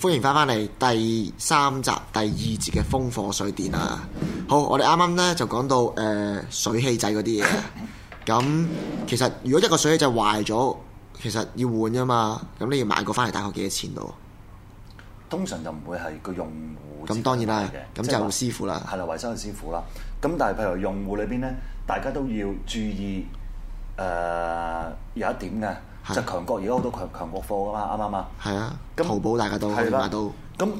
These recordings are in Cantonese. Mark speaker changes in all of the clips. Speaker 1: 歡迎翻返嚟第三集第二節嘅風火水電啊！好，我哋啱啱呢就講到誒、呃水氣掣嗰啲嘢， 咁其實如果一個水氣掣壞咗，其實要換㗎嘛，咁你要買個翻嚟大概幾多錢度？
Speaker 2: 通常就唔會係個用戶
Speaker 1: 咁當然啦
Speaker 2: 自己
Speaker 1: 咁就
Speaker 2: 買嘅
Speaker 1: 師傅啦
Speaker 2: 係啦，維修嘅師傅啦。咁但係譬如用戶裏邊咧，大家都要注意誒、呃有一點
Speaker 1: 係
Speaker 2: 嘅，就強國而家好多強強國貨噶嘛，啱唔啱啊？
Speaker 1: 係啊，
Speaker 2: 咁
Speaker 1: 淘寶大家都可以
Speaker 2: 係啦
Speaker 1: 買到。
Speaker 2: 咁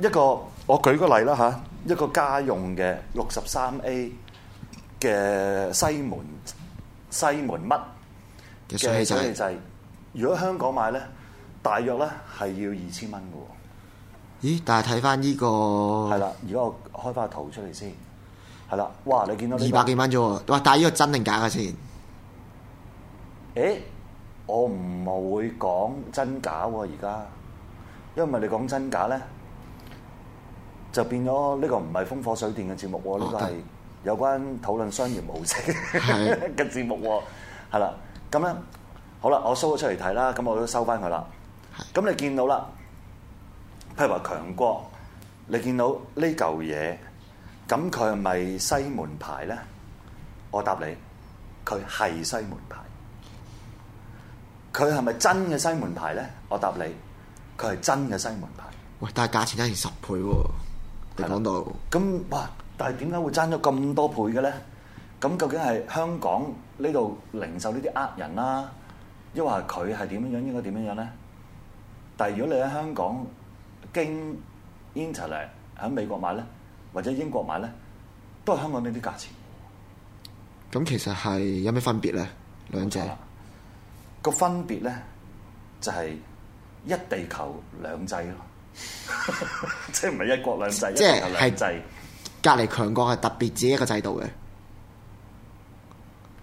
Speaker 2: 一個我舉個例啦嚇，一個家用嘅六十三 A 嘅西門西門乜
Speaker 1: 嘅水氣掣
Speaker 2: 掣，如果香港買咧，大約咧係要二千蚊嘅喎。
Speaker 1: 咦？但係睇翻呢個哦
Speaker 2: 係啦，而家我開翻個圖出嚟先。係啦，哇！你見到呢
Speaker 1: 二
Speaker 2: 個
Speaker 1: 百幾？蚊啫喎，哇！但係呢個真定假嘅先？
Speaker 2: 誒，我唔會講真假喎，而家，因為你講真假咧，就變咗呢個唔係風火水電嘅節目喎，呢、
Speaker 1: 哦
Speaker 2: 個
Speaker 1: 得
Speaker 2: 係有關討論商業模式
Speaker 1: 係
Speaker 2: 嘅節目喎。係啦，咁咧，好啦，我 show 咗出嚟睇啦，咁我都收翻佢啦。咁你見到啦，譬如話強國，你見到呢嚿嘢，咁佢係咪西門牌咧？我答你，佢係西門牌。佢係咪真嘅西門牌咧？我答你，佢係真嘅西門牌。
Speaker 1: 喂，但係價錢一成十倍喎，你
Speaker 2: 係啦
Speaker 1: 講到
Speaker 2: 咁哇！但係點解會爭咗咁多倍嘅咧？咁究竟係香港呢度零售呢啲呃人啦、抑或係佢係點樣樣應該點樣樣咧？但係如果你喺香港經 Internet 喺美國買咧，或者英國買咧，都係香港呢啲價錢。
Speaker 1: 咁其實係有咩分別咧？兩者
Speaker 2: 啊個分別咧就係、一地球兩制咯， 即係唔係一國兩制，一
Speaker 1: 即係
Speaker 2: 地球兩制。
Speaker 1: 隔離強國係特別自己一個制度嘅，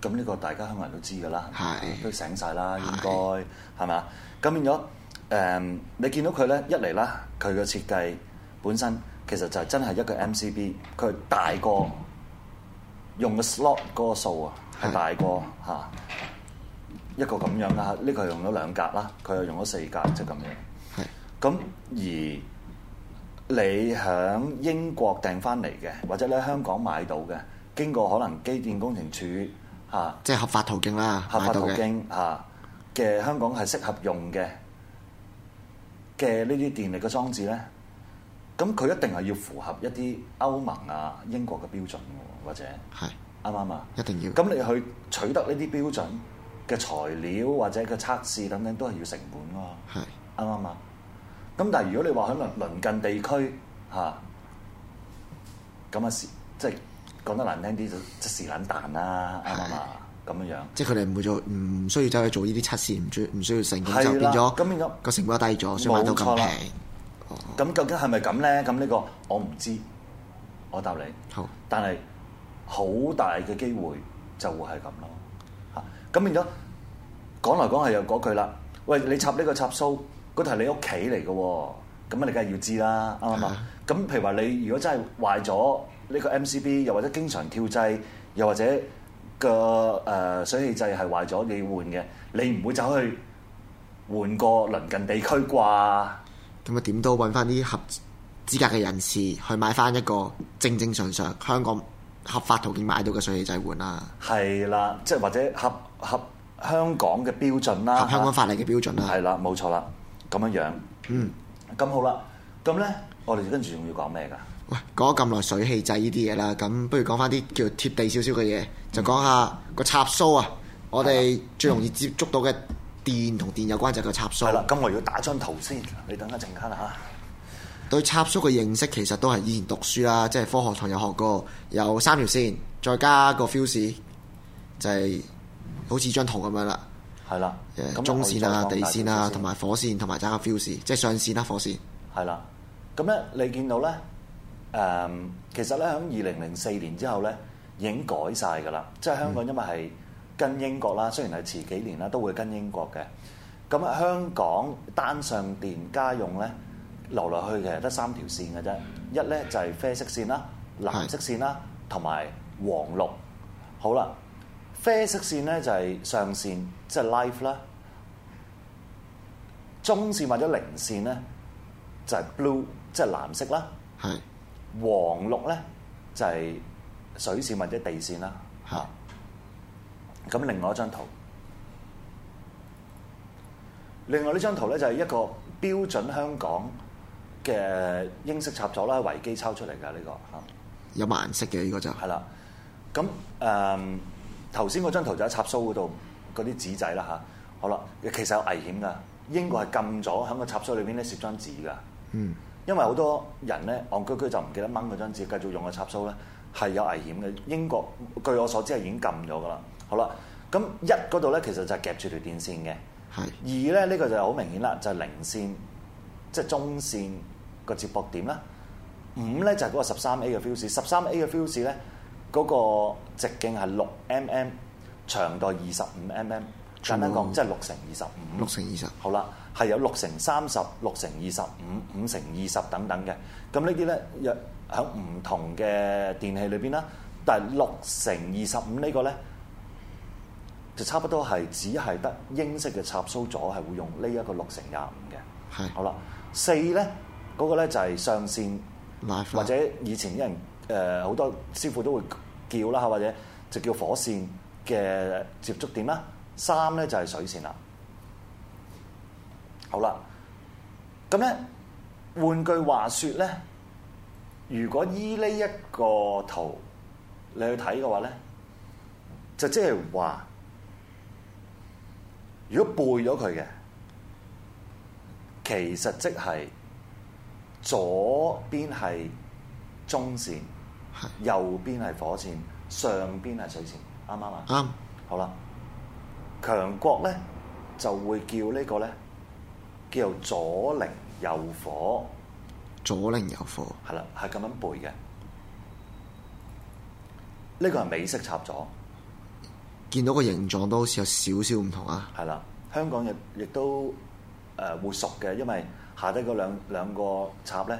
Speaker 2: 咁呢個大家香港人都知㗎啦，
Speaker 1: 係
Speaker 2: 都醒晒啦，應
Speaker 1: 係
Speaker 2: 該係咪啊？咁變咗誒、你見到佢咧，一嚟啦，佢嘅設計本身其實就係真係一個 MCB，佢大過用嘅 slot 嗰個數啊，
Speaker 1: 係
Speaker 2: 係大過嚇、一個咁樣啦。呢、個係用咗兩格啦，佢又用咗四格，即係咁樣。
Speaker 1: 係
Speaker 2: 咁而你喺英國訂翻嚟嘅，或者你喺香港買到嘅，經過可能機電工程署嚇、啊
Speaker 1: 即係合法途徑啦，
Speaker 2: 合
Speaker 1: 買
Speaker 2: 法
Speaker 1: 到
Speaker 2: 途
Speaker 1: 嘅。
Speaker 2: 徑嚇嘅香港係適合用嘅嘅呢啲電力嘅裝置咧，咁佢一定係要符合一啲歐盟啊、英國嘅標準喎，或者
Speaker 1: 係
Speaker 2: 啱唔啱啊？
Speaker 1: 一定要
Speaker 2: 咁你去取得呢啲標準嘅材料或者嘅測試等等，都係要成本㗎嘛。
Speaker 1: 係
Speaker 2: 啱唔啱啊？咁但係如果你話喺鄰鄰近地區嚇，咁啊是即係講得難聽啲就即是冷淡啦，啱唔啱啊？咁樣樣
Speaker 1: 即係佢哋唔會做，唔需要走去做呢啲測試，唔需唔需要成咁
Speaker 2: 係
Speaker 1: 就
Speaker 2: 啦
Speaker 1: 變咗
Speaker 2: 咁變咗
Speaker 1: 個成本低咗，所以買到
Speaker 2: 冇錯
Speaker 1: 咁
Speaker 2: 啦
Speaker 1: 平。
Speaker 2: 咁究竟係咪咁咧？咁呢個我唔知，我答你。
Speaker 1: 好
Speaker 2: 但係好大嘅機會就會係咁咯。嚇，咁變咗講來講去又嗰句啦。喂，你插呢個插蘇，嗰頭係你屋企嚟嘅喎，咁啊你梗係要知啦，啱唔啱啊？咁譬如話你如果真係壞咗呢個 MCB，又或者經常跳掣，又或者個誒、呃水氣掣係壞咗，你要換嘅，你唔會走去換個鄰近地區啩？
Speaker 1: 咁啊，點都揾翻啲合資格嘅人士去買翻一個正正常常香港合法途徑買到嘅水氣掣換啦，
Speaker 2: 係啦，即係或者合合香港嘅標準啦，
Speaker 1: 合啊香港法例嘅標準啦。
Speaker 2: 啊嗯係啦，冇錯啦，咁樣樣。嗯，咁好啦，咁咧，我哋跟住仲要講咩㗎？
Speaker 1: 喂，講咗咁耐水氣掣呢啲嘢啦，咁不如講翻啲叫貼地少少嘅嘢，
Speaker 2: 嗯
Speaker 1: 就講下個插蘇啊！我哋最容易接觸到嘅電同電有關就係個插蘇
Speaker 2: 啊係。啦，咁我要打張圖先，你等一陣間啦嚇。
Speaker 1: 對插蘇嘅認識其實都係以前讀書啦，即係科學堂有學過，有三條線，再加個 fuse，就係、好似張圖咁樣啦。
Speaker 2: 係啦，
Speaker 1: 誒
Speaker 2: 咁
Speaker 1: 中
Speaker 2: 我哋
Speaker 1: 線
Speaker 2: 再
Speaker 1: 啊、
Speaker 2: 講
Speaker 1: 地
Speaker 2: 大
Speaker 1: 線
Speaker 2: 少
Speaker 1: 啊，
Speaker 2: 少
Speaker 1: 同埋火線，同埋爭個 fuse，即係上線啦、火線。
Speaker 2: 係啦。咁咧，你見到咧，誒、其實咧，喺二零零四年之後咧，已經改晒㗎啦。即係香港因為係跟英國啦，雖然係遲幾年啦，都會跟英國嘅。咁啊，香港單上電家用咧，流來去其實得三條線嘅啫。一咧就係啡色線啦、藍色線啦，同埋黃綠。好啦，啡色線咧就係上線，即係 life 啦。中線或者零線咧就係 blue，即係藍色啦。
Speaker 1: 係
Speaker 2: 黃綠咧就係水線或者地線啦。
Speaker 1: 係
Speaker 2: 咁另外一張圖，另外呢張圖咧就係一個標準香港嘅英式插座啦，維基抽出嚟㗎呢個嚇。
Speaker 1: 有埋顏色嘅呢個就
Speaker 2: 係啦。咁誒頭先嗰張圖就喺插蘇嗰度嗰啲紙仔啦吓，好啦，其實有危險噶。英國係禁咗喺個插蘇裏邊咧攝張紙噶。
Speaker 1: 嗯。
Speaker 2: 因為好多人咧戇居居就唔記得掹嗰張紙，繼續用個插蘇咧係有危險嘅。英國據我所知係已經禁咗噶啦。好啦，咁一嗰度咧其實就係夾住條電線嘅。
Speaker 1: 係
Speaker 2: 二咧呢、呢個就好明顯啦，就係、零線，即係中線個接駁點啦。五咧就係、嗰個十三 A 嘅 fuse，十三 A 嘅 fuse 咧嗰個直徑係六 mm，長度二十五 mm，簡單講即係六乘二十五。
Speaker 1: 六乘二十。
Speaker 2: 好啦，係有六乘三十、六乘二十五、五乘二十等等嘅。咁呢啲咧，有喺唔同嘅電器裏邊啦。但係六乘二十五呢個咧，就差不多係只係得英式嘅插蘇座係會用呢一個六乘廿五嘅。
Speaker 1: 係
Speaker 2: 好啦，四咧嗰個咧就係上線。
Speaker 1: live
Speaker 2: 或者以前啲人誒好、多師傅都會叫啦，或者就叫火線嘅接觸點啦。三咧就係水線啦。好啦，咁咧換句話說咧，如果依呢一個圖你去睇嘅話咧，就即係話，如果背咗佢嘅，其實即係。左邊係中線，
Speaker 1: 係
Speaker 2: 右邊係火線，上邊係水線，啱唔啱啊？
Speaker 1: 啱
Speaker 2: 好啦，強國咧就會叫呢個咧叫做左靈右火，
Speaker 1: 左零右火
Speaker 2: 係啦，係咁樣背嘅。呢個係美式插咗，
Speaker 1: 見到個形狀都好似有少少唔同啊。
Speaker 2: 係啦，香港亦亦都誒、呃、會熟嘅，因為下低嗰兩兩個插咧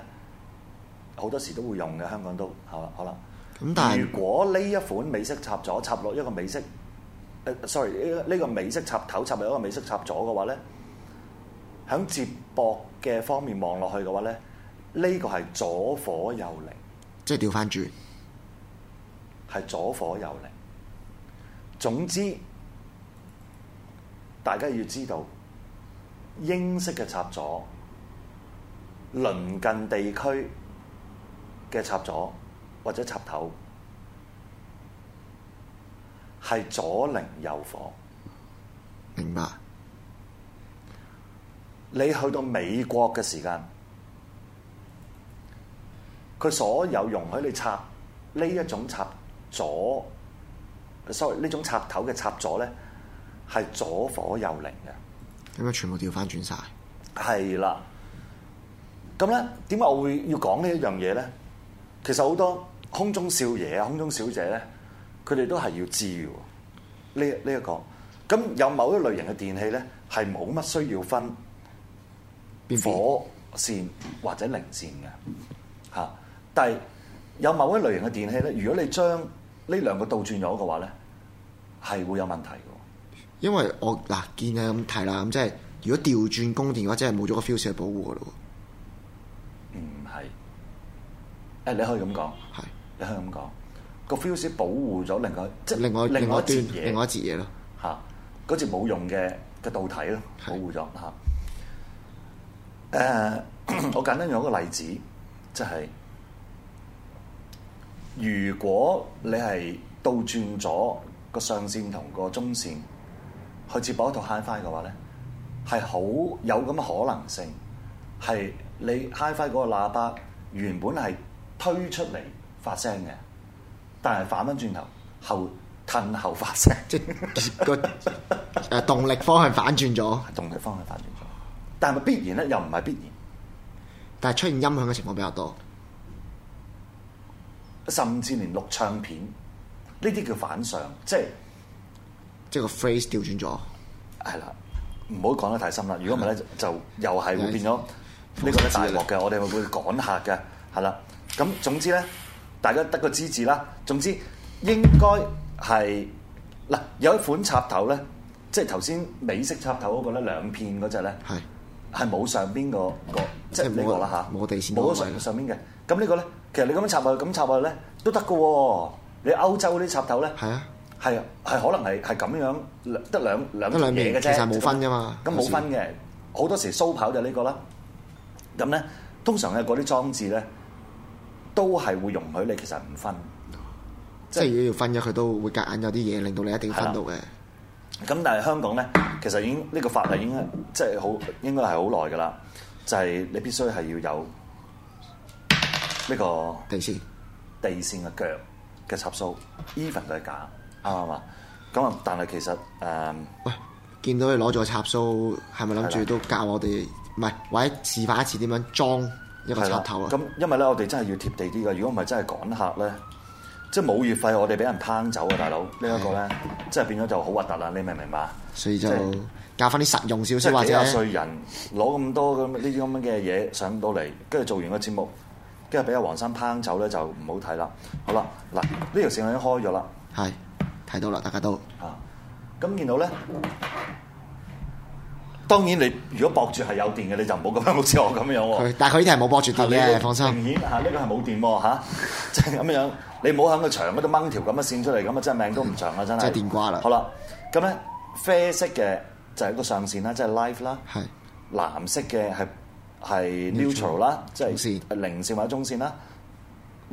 Speaker 2: 好多時都會用嘅，香港都係啦，好啦。
Speaker 1: 咁但係
Speaker 2: 如果呢一款美式插座插落一個美式，誒、s o r r y 呢個美式插頭插入一個美式插座嘅話咧，喺接駁嘅方面望落去嘅話咧，呢、個係左火右靈，
Speaker 1: 即係調翻轉，
Speaker 2: 係左火右靈。總之，大家要知道英式嘅插座，鄰近地區嘅插座或者插頭係左靈右火。
Speaker 1: 明白？
Speaker 2: 你去到美國嘅時間，佢所有容許你插呢一種插左，sorry 呢種插頭嘅插座咧，係左火右靈嘅。
Speaker 1: 咁樣全部調翻轉晒。
Speaker 2: 係啦。咁咧，點解我會要講呢一樣嘢咧？其實好多空中少爺啊、空中小姐咧，佢哋都係要知嘅喎。呢呢一個，咁有某一類型嘅電器咧，係冇乜需要分
Speaker 1: 邊邊
Speaker 2: 火線或者零線嘅嚇。但係有某一類型嘅電器咧，如果你將呢兩個倒轉咗嘅話咧，係會有問題嘅喎。
Speaker 1: 因為我嗱見你咁睇啦，咁即係如果調轉供電嘅話，即係冇咗個 fuse 嘅保護噶咯
Speaker 2: 唔係，誒、你可以咁講。
Speaker 1: 喎，係
Speaker 2: 你可以咁講，個 fuse 保護咗另外即係
Speaker 1: 另外另
Speaker 2: 另外
Speaker 1: 外
Speaker 2: 一
Speaker 1: 一端
Speaker 2: 節嘢
Speaker 1: 另外一節嘢咯，
Speaker 2: 嚇，嗰節冇用嘅嘅導體咯，
Speaker 1: 係
Speaker 2: 保護咗嚇。誒、 我簡單用一個例子，即係如果你係倒轉咗個上線同個中線去接駁一套 HiFi 嘅話咧，係好有咁嘅可能性，係你 HiFi 嗰個喇叭原本係推出嚟發聲嘅，但係反翻轉頭後褪後發聲，
Speaker 1: 即 係個誒動力方向反轉咗，
Speaker 2: 啊動力方向反轉咗。但係咪必然咧？又唔係必然。
Speaker 1: 但係出現音響嘅情況比較多。
Speaker 2: 甚至連錄唱片呢啲叫反常，即係
Speaker 1: 即係個 phrase 調轉咗，
Speaker 2: 係啦，唔好講得太深啦。如果唔係咧，就又係會變咗呢個咧大鑊嘅，我哋會趕客嘅，係啦。咁總之咧，大家得個知字啦。總之應該係嗱，有一款插頭咧，即係頭先美式插頭嗰個咧，兩片嗰只咧。
Speaker 1: 係
Speaker 2: 係冇上邊個個，即係
Speaker 1: 即係
Speaker 2: 呢
Speaker 1: 冇
Speaker 2: 個啦嚇，
Speaker 1: 冇地線嗰個
Speaker 2: 冇
Speaker 1: 位
Speaker 2: 咗上上邊嘅。咁呢個咧，其實你咁樣插落去，咁插落去咧都得嘅喎。你歐洲嗰啲插頭咧，
Speaker 1: 係啊，
Speaker 2: 係啊係可能係係咁樣兩得兩兩
Speaker 1: 得兩
Speaker 2: 條嘢
Speaker 1: 邊
Speaker 2: 嘅
Speaker 1: 其
Speaker 2: 啫，
Speaker 1: 實冇分㗎嘛。
Speaker 2: 咁
Speaker 1: 有
Speaker 2: 冇
Speaker 1: 時
Speaker 2: 分嘅，好多時蘇跑就呢個啦。咁咧，通常嘅嗰啲裝置咧，都係會容許你其實唔分。
Speaker 1: 即係如果要分咗，佢都會夾硬有啲嘢令到你一定要分到
Speaker 2: 啊
Speaker 1: 嘅。
Speaker 2: 咁但係香港咧，其實已經呢、個法例已經係即係好應該係好耐㗎啦，就係、你必須係要有呢個
Speaker 1: 地先
Speaker 2: 地線嘅腳嘅插數，even 佢係假，啱唔啱啊？咁啊，但係其實誒、
Speaker 1: 喂，見到你攞咗個插蘇，係咪諗
Speaker 2: 係
Speaker 1: 住
Speaker 2: 啦
Speaker 1: 都教我哋唔係或者示範一次點樣裝一個
Speaker 2: 係
Speaker 1: 插
Speaker 2: 啦，
Speaker 1: 頭啊？
Speaker 2: 咁因為咧，我哋真係要貼地啲嘅，如果唔係真係趕客咧，即係冇月費，我哋俾人拚走啊，大佬！呢、一個咧，即係變咗就好核突啦，你明唔明白？
Speaker 1: 所以就
Speaker 2: 即係
Speaker 1: 教翻啲實用少
Speaker 2: 即
Speaker 1: 少或
Speaker 2: 係幾
Speaker 1: 者
Speaker 2: 廿歲人攞咁多咁呢啲咁樣嘅嘢上到嚟，跟住做完個節目，跟住俾阿黃生拚走咧，就唔好睇啦。好啦，嗱呢條線我已經開咗啦，
Speaker 1: 係睇到啦，大家都
Speaker 2: 啊，咁見到咧，當然你如果駁住係有電嘅，你就唔好咁樣好似我咁樣喎。
Speaker 1: 佢，但係佢呢啲係冇駁住電
Speaker 2: 哦你
Speaker 1: 嘅，放心。
Speaker 2: 明顯啊嚇呢個係冇電喎嚇， 即係咁樣。你唔好喺個牆嗰度掹條咁嘅線出嚟，咁啊真係命都唔長啊！真係。
Speaker 1: 真係電瓜啦
Speaker 2: 好啦，咁咧啡色嘅就係一個上線啦，即係 live 啦。
Speaker 1: 係
Speaker 2: 藍色嘅係係 neutral 啦，即係
Speaker 1: 中
Speaker 2: 零線或者中線啦。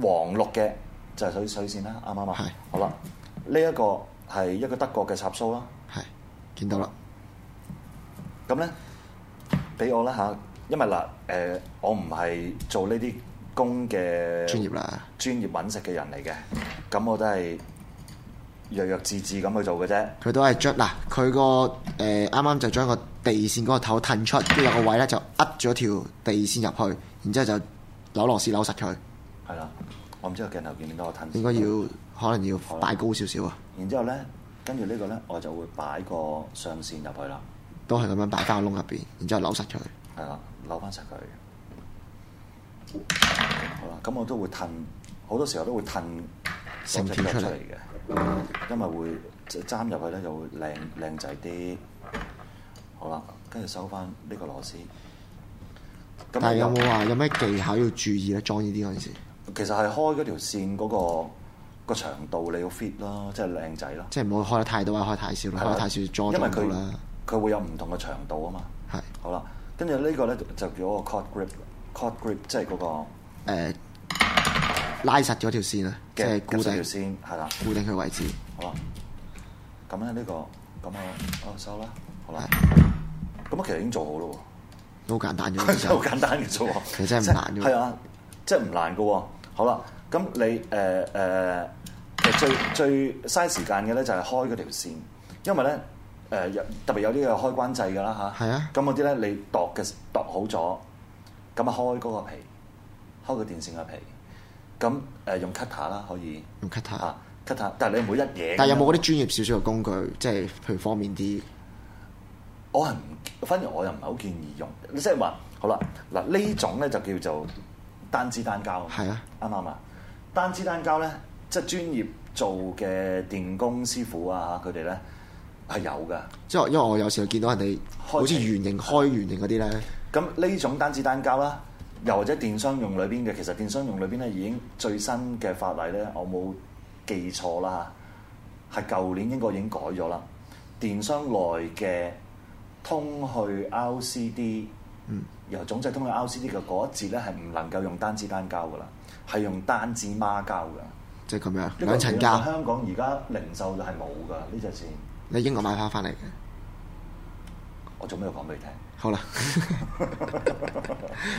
Speaker 2: 黃綠嘅就係水水線啦，啱唔啱啊
Speaker 1: 係？
Speaker 2: 好啦，呢一個係一個德國嘅插蘇啦。
Speaker 1: 係見到啦，
Speaker 2: 咁咧，俾我啦嚇，因為嗱誒、呃我唔係做呢啲工嘅
Speaker 1: 專業啦，
Speaker 2: 專業揾食嘅人嚟嘅，咁我都係弱弱自自咁去做嘅啫。
Speaker 1: 佢都係將嗱佢個誒啱啱就將個地線嗰個頭褪出，跟住有個位咧就呃咗條地線入去，然之後就扭螺絲扭實佢，
Speaker 2: 係啦，我唔知個鏡頭見唔見到我褪。
Speaker 1: 應該
Speaker 2: 哦
Speaker 1: 要可能要擺高少少啊，
Speaker 2: 然之後咧，跟住呢個咧，我就會擺個上線入去啦，
Speaker 1: 都係咁樣擺翻個窿入邊，然之後扭實佢。
Speaker 2: 係啦，扭翻實佢。好啦，咁我都會褪，好多時候都會褪
Speaker 1: 成
Speaker 2: 嗰隻腳
Speaker 1: 條出嚟
Speaker 2: 嚟嘅，因為會即係斬入去咧就會靚靚仔啲。好啦，跟住收翻呢個螺絲。咁
Speaker 1: 但係
Speaker 2: 又
Speaker 1: 有冇話有咩技巧要注意咧？裝呢啲嗰陣時，
Speaker 2: 其實係開嗰條線嗰、個個長度你要 fit 啦，即係靚仔啦。
Speaker 1: 即係唔好開得太多，或者開太少啦，開得太少裝
Speaker 2: 因
Speaker 1: 到
Speaker 2: 為
Speaker 1: 唔到
Speaker 2: 佢
Speaker 1: 啦。
Speaker 2: 佢會有唔同嘅長度啊嘛。
Speaker 1: 係
Speaker 2: 好啦，跟住呢個咧就叫嗰個 cord grip，cord grip 即係嗰個
Speaker 1: 誒拉實咗條線啊，即係
Speaker 2: 嘅
Speaker 1: 固
Speaker 2: 條
Speaker 1: 定
Speaker 2: 線係啦。
Speaker 1: 固定佢位置。
Speaker 2: 好啦，咁咧呢個咁我我收啦，好啦。咁啊，其實已經做好咯
Speaker 1: 都好簡單
Speaker 2: 喎，
Speaker 1: 啫，其
Speaker 2: 真係好
Speaker 1: 實
Speaker 2: 簡單嘅啫喎。
Speaker 1: 其實真係唔難嘅喎
Speaker 2: 係啊，即係唔難嘅喎。好啦，咁你誒誒、其實最最嘥時間嘅咧就係開嗰條線，因為咧誒、有特別有啲嘅開關掣㗎啦吓，
Speaker 1: 係啊
Speaker 2: 咁嗰啲咧你度嘅度好咗，咁啊開嗰個皮，開個電線嘅皮，咁誒、用 cutter 啦可以
Speaker 1: 用 cutter
Speaker 2: 啊。cutter，但係你唔會一嘢。
Speaker 1: 但係有冇嗰啲專業少少嘅工具，即係譬如方便啲？
Speaker 2: 我係唔，反而我又唔係好建議用，即係話好啦，嗱呢種咧就叫做單支單膠，
Speaker 1: 係啊，
Speaker 2: 啱唔啱啊？單支單膠咧，即係專業做嘅電工師傅啊，佢哋咧係有㗎。
Speaker 1: 即係因為我有時候見到人哋好似
Speaker 2: 開屏
Speaker 1: 圓形開圓形嗰啲咧，
Speaker 2: 咁呢種單子單交啦，又或者電商用裏邊嘅，其實電商用裏邊咧已經最新嘅法例咧，我冇記錯啦，係舊年英國已經改咗啦。電商內嘅通去 RCD，由
Speaker 1: 嗯
Speaker 2: 總制通去 RCD 嘅嗰一節咧係唔能夠用單支單交噶啦，係用單支孖交噶。
Speaker 1: 即係咁樣
Speaker 2: 呢個啊
Speaker 1: 兩層膠。
Speaker 2: 香港而家零售就係冇噶呢隻線。
Speaker 1: 你英國買翻翻嚟嘅，
Speaker 2: 我做咩要講俾你聽？
Speaker 1: 好啦，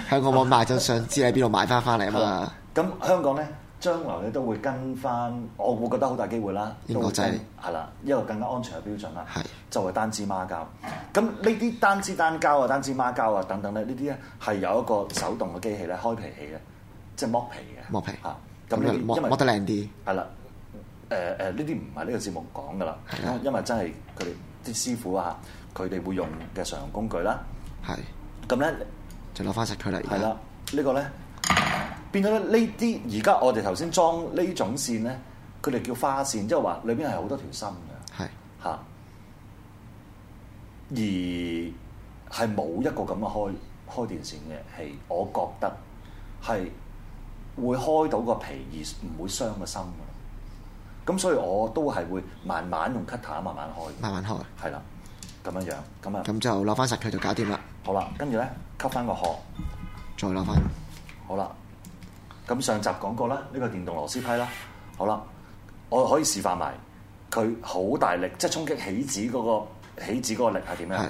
Speaker 1: 香港網賣就想知喺邊度買翻翻嚟啊嘛。
Speaker 2: 咁香港咧，將來咧都會跟翻，我會覺得好大機會啦，
Speaker 1: 英
Speaker 2: 都
Speaker 1: 國
Speaker 2: 會
Speaker 1: 仔
Speaker 2: 跟係啦，一個更加安全嘅標準啦
Speaker 1: 係，
Speaker 2: 就係單支孖膠。咁呢啲單支單膠啊、單支孖膠啊等等咧，呢啲咧係有一個手動嘅機器咧，開皮器嘅，即係剝皮嘅。
Speaker 1: 剝皮
Speaker 2: 嚇，咁
Speaker 1: 咁
Speaker 2: 呢
Speaker 1: 就
Speaker 2: 啲因
Speaker 1: 摸
Speaker 2: 為
Speaker 1: 摸得靚啲，
Speaker 2: 係啦，誒誒呢啲唔係呢個節目講噶啦
Speaker 1: 係啦，
Speaker 2: 因為真係佢哋啲師傅啊，佢哋會用嘅常用工具啦。
Speaker 1: 係
Speaker 2: 咁咧。
Speaker 1: 就攞翻實佢啦。而
Speaker 2: 係
Speaker 1: 家
Speaker 2: 啦，呢個咧變咗咧呢啲而家我哋頭先裝呢種線咧，佢哋叫花線，即係話裏邊係好多條心嘅
Speaker 1: 係
Speaker 2: 嚇，而係冇一個咁嘅開開電線嘅器，我覺得係會開到個皮而唔會傷個心嘅。咁所以我都係會慢慢用 cutter 慢慢開
Speaker 1: 慢慢開，
Speaker 2: 嘅，係啦，咁樣樣，咁啊
Speaker 1: 咁就攞翻實佢就搞掂啦。
Speaker 2: 好啦，跟住咧吸翻個殼。
Speaker 1: 再攞翻
Speaker 2: 好啦，咁上集講過啦，呢、個電動螺絲批啦，好啦，我可以示範埋佢好大力，即係衝擊起子嗰、個起子嗰個力係點
Speaker 1: 係
Speaker 2: 樣？，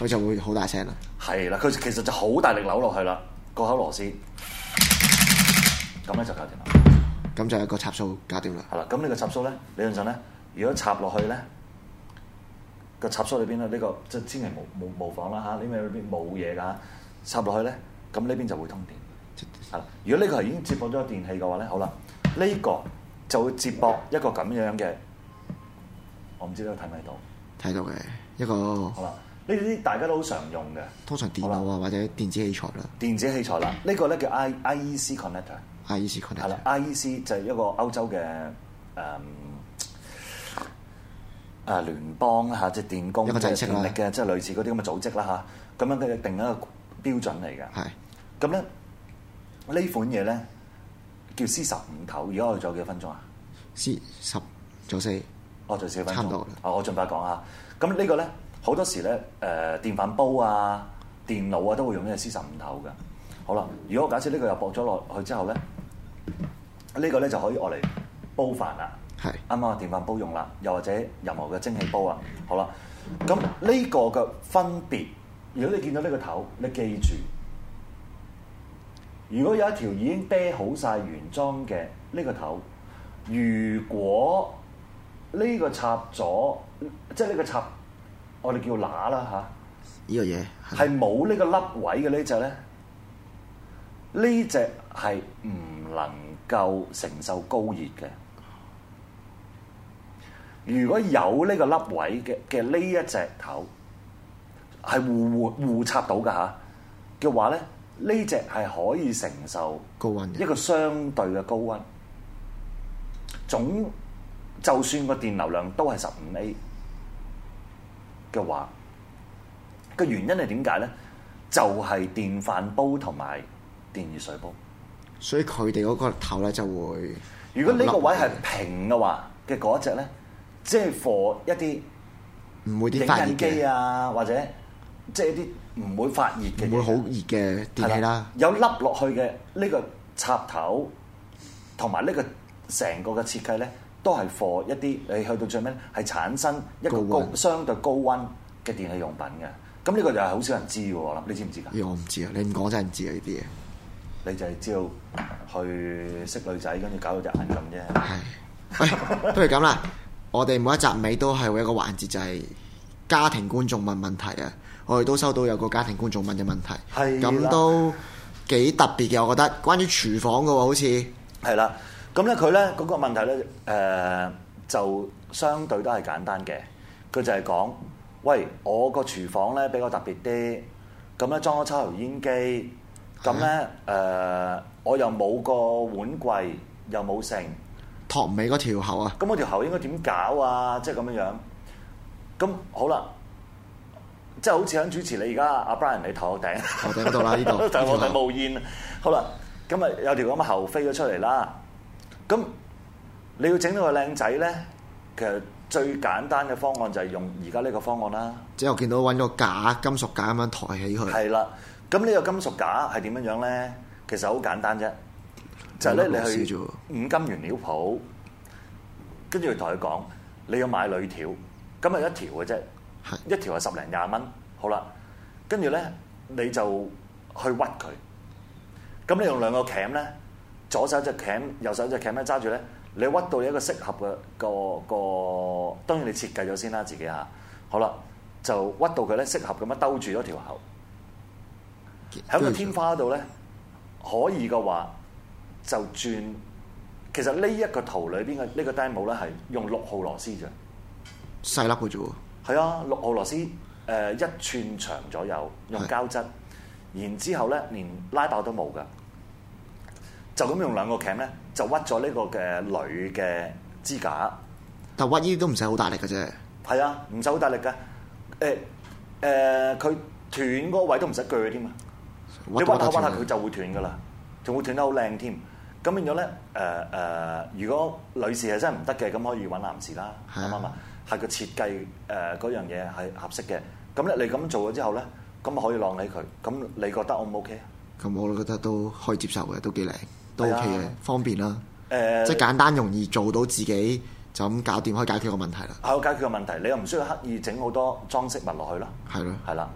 Speaker 1: 佢就會好大聲啦。
Speaker 2: 係啦，佢其實就好大力扭落去啦，個口螺絲，咁咧就搞掂啦。
Speaker 1: 咁就有一個插數搞掂啦。
Speaker 2: 係啦，咁呢個插蘇咧，理論上咧，如果插落去咧，個插蘇裏邊咧，呢、個即係千祈模模模仿啦嚇，呢邊裏邊冇嘢㗎，插落去咧，咁呢邊就會通電。係啦，如果呢個係已經接駁咗個電器嘅話咧，好啦，呢、個就會接駁一個咁樣嘅，我唔知你睇唔睇到。
Speaker 1: 睇到嘅一個
Speaker 2: 好啦，呢啲大家都好常用嘅
Speaker 1: 通常電腦啊或者電子器材啦
Speaker 2: 電子器材啦，呢、個咧叫 I IEC connector，
Speaker 1: ，IEC
Speaker 2: 係啦
Speaker 1: E connect
Speaker 2: ，IEC 就係一個歐洲嘅嗯誒誒啊聯邦啦嚇，即係電工
Speaker 1: 一個制式啦
Speaker 2: 電力嘅，即係類似嗰啲咁嘅組織啦嚇，咁樣佢定一個標準嚟嘅。
Speaker 1: 係
Speaker 2: 咁咧呢款嘢咧叫 C 十五頭，而家我哋仲有幾多分鐘啊？
Speaker 1: C 十左四
Speaker 2: 我仲有四分鐘，
Speaker 1: 差唔多啦
Speaker 2: 啊，我盡快講下。咁呢個咧好多時咧誒、呃、電飯煲啊、電腦啊都會用呢個 C 十五頭嘅。好啦，如果我假設呢個又駁咗落去之後咧，呢、個咧就可以我嚟煲飯啦。
Speaker 1: 係
Speaker 2: 啱啱電飯煲用啦，又或者任何嘅蒸汽煲啊，好啦。咁呢個嘅分別，如果你見到呢個頭，你記住，如果有一條已經啤好晒原裝嘅呢個頭，如果呢個插咗，即係呢個插，我哋叫乸啦
Speaker 1: 呢個嘢
Speaker 2: 吓，
Speaker 1: 係
Speaker 2: 係冇呢個凹位嘅呢只咧，呢只係唔能夠承受高熱嘅。如果有呢個凹位嘅嘅呢一隻頭係互互互插到㗎吓嘅話咧，呢只係可以承受
Speaker 1: 高溫
Speaker 2: 一
Speaker 1: 嘅，
Speaker 2: 個相對嘅高温，總就算個電流量都係十五 A 嘅話，個原因係點解咧？就係、電飯煲同埋電熱水煲。
Speaker 1: 所以佢哋嗰個頭咧就會
Speaker 2: 如果呢個位係平嘅話嘅嗰一隻咧，即係 for 一啲
Speaker 1: 唔會
Speaker 2: 影
Speaker 1: 啲發熱
Speaker 2: 印機
Speaker 1: 嘅，
Speaker 2: 啊，或者即係一啲唔會發熱嘅嘢，
Speaker 1: 唔會好熱嘅電器啦，
Speaker 2: 有凹落去嘅呢個插頭，同埋呢個成個嘅設計咧，都係 for 一啲你去到最尾呢係產生一個
Speaker 1: 高
Speaker 2: 高
Speaker 1: 溫
Speaker 2: 相對高温嘅電器用品嘅。咁呢個就係好少人知嘅喎，我諗你知唔知㗎？
Speaker 1: 咦我唔知啊，你唔講真係唔知啊呢啲嘢。
Speaker 2: 你就係知道去識女仔，跟住搞到隻眼咁啫。
Speaker 1: 係，喂，不如咁啦，我哋每一集尾都係會有一個環節，就係、家庭觀眾問問題啊。我哋都收到有個家庭觀眾問嘅問題，
Speaker 2: 係啦
Speaker 1: 咁都幾特別嘅，我覺得。關於廚房嘅喎，好似
Speaker 2: 係啦，咁咧佢咧嗰個問題咧，誒、就相對都係簡單嘅。佢就係講，喂，我個廚房咧比較特別啲，咁咧裝咗抽油煙機，咁咧誒我又冇個碗櫃，又冇剩，
Speaker 1: 托尾嗰條喉啊，
Speaker 2: 咁我條喉應該點搞啊？即係咁樣樣。咁好啦，即係好似響主持你而家阿 Brian 你頭頂。
Speaker 1: 我哋嗰度啦，呢度
Speaker 2: 就係我
Speaker 1: 呢
Speaker 2: 哋
Speaker 1: 度
Speaker 2: 冒煙。好啦，咁啊有條咁嘅喉飛咗出嚟啦。咁你要整到個靚仔咧，其實最簡單嘅方案就係用而家呢個方案啦。
Speaker 1: 即係我見到揾個架金屬架咁樣抬起佢，
Speaker 2: 係啦，咁呢個金屬架係點樣樣咧？其實好簡單啫，就係咧
Speaker 1: 冇
Speaker 2: 你
Speaker 1: 事
Speaker 2: 去
Speaker 1: 啫喎
Speaker 2: 五金原料鋪，跟住同佢講你要買鋁條，咁啊一條嘅啫，一條係十零廿蚊，好啦，跟住咧你就去屈佢，咁你用兩個鉗咧，左手一隻鉗，右手一隻鉗咧揸住咧，你屈到你一個適合嘅個個，當然你設計咗先啦自己嚇，好啦，就屈到佢咧適合咁樣兜住咗條喉，喺個天花度咧可以嘅話就轉。其實呢一個圖裏邊嘅呢個 demo 咧係用六號螺絲啫。
Speaker 1: 細粒嘅啫喎。
Speaker 2: 係啊，六號螺絲誒、呃一寸長左右，用
Speaker 1: 係
Speaker 2: 膠質，然之後咧連拉爆都冇噶，就咁用兩個鉗咧就屈咗呢個嘅鋁嘅支架，
Speaker 1: 但屈呢啲都唔使好大力嘅啫。
Speaker 2: 係啊，唔使好大力噶，誒、誒佢斷嗰個位都唔使鋸添啊，你
Speaker 1: 屈
Speaker 2: 屈
Speaker 1: 到啊
Speaker 2: 下屈下
Speaker 1: 屈得斷
Speaker 2: 佢就會斷噶啦，仲會斷得好靚添。咁變咗咧，誒、誒，如果女士係真係唔得嘅，咁可以揾男士啦，啱
Speaker 1: 係啊
Speaker 2: 唔啱啊？係個設計誒嗰樣嘢係合適嘅。咁咧你咁做咗之後咧，咁咪可以晾起佢。咁你覺得 O 唔 OK 啊？
Speaker 1: 咁我都覺得都可以接受嘅，都幾靚，都
Speaker 2: 係
Speaker 1: OK
Speaker 2: 啊
Speaker 1: 嘅，方便啦。
Speaker 2: 誒
Speaker 1: 即係簡單容易做到自己就咁搞掂，可以解決個問題啦。
Speaker 2: 係我解決個問題，你又唔需要刻意整好多裝飾物落去啦。
Speaker 1: 係咯，
Speaker 2: 係啦，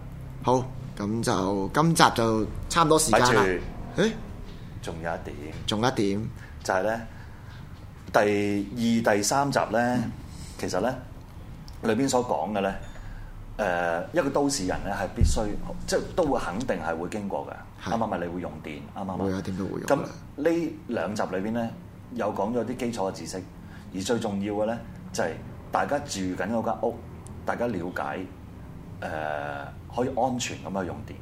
Speaker 1: 好，咁就今集就差唔多時間啦
Speaker 2: 咪。
Speaker 1: 誒，
Speaker 2: 仲有一點
Speaker 1: 仲有一點
Speaker 2: 就係咧，第二、第三集咧，
Speaker 1: 嗯
Speaker 2: 其實咧裏邊所講嘅咧，誒、呃一個都市人咧係必須，即係都會肯定係會經過嘅。
Speaker 1: 係
Speaker 2: 啱啱咪你會用電，啱啱啊
Speaker 1: 會有點都會用
Speaker 2: 咁
Speaker 1: 嘅
Speaker 2: 呢兩集裏邊咧，有講咗啲基礎嘅知識，而最重要嘅咧就係、大家住緊嗰間屋，大家了解誒、可以安全咁去用電。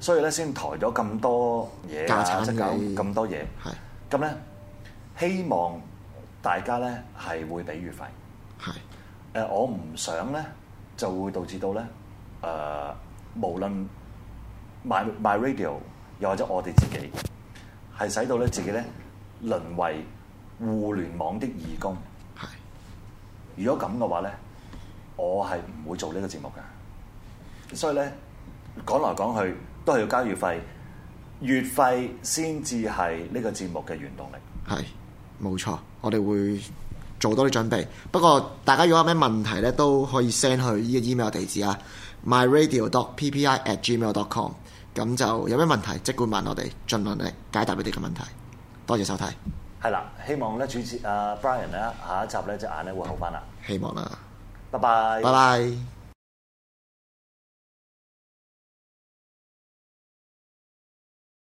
Speaker 2: 所以咧，先抬咗咁多嘢
Speaker 1: 家
Speaker 2: 啊，
Speaker 1: 產
Speaker 2: 即係搞
Speaker 1: 嘅
Speaker 2: 咁多嘢。
Speaker 1: 係
Speaker 2: 咁咧，希望大家咧係會俾月費。誒、呃
Speaker 1: 係
Speaker 2: 我唔想咧就會導致到咧誒、無論 my my radio 又或者我哋自己，係使到咧自己咧淪為互聯網的義工。
Speaker 1: 係
Speaker 2: 如果咁嘅話咧，我係唔會做呢個節目㗎。所以咧，講來講去都係要交月費，月費先至係呢個節目嘅原動力。
Speaker 1: 係冇錯，我哋會做多啲準備。不過大家如果有咩問題咧，都可以 send 去呢個 email 地址啊，myradio.ppi@gmail.com。咁就有咩問題，即管問我哋，盡量嚟解答你哋嘅問題。多謝收睇，
Speaker 2: 係啦，希望咧啊主持阿 Brian 咧下一集咧隻眼咧會好翻啦，
Speaker 1: 希望啦，
Speaker 2: 拜拜
Speaker 1: 拜。拜。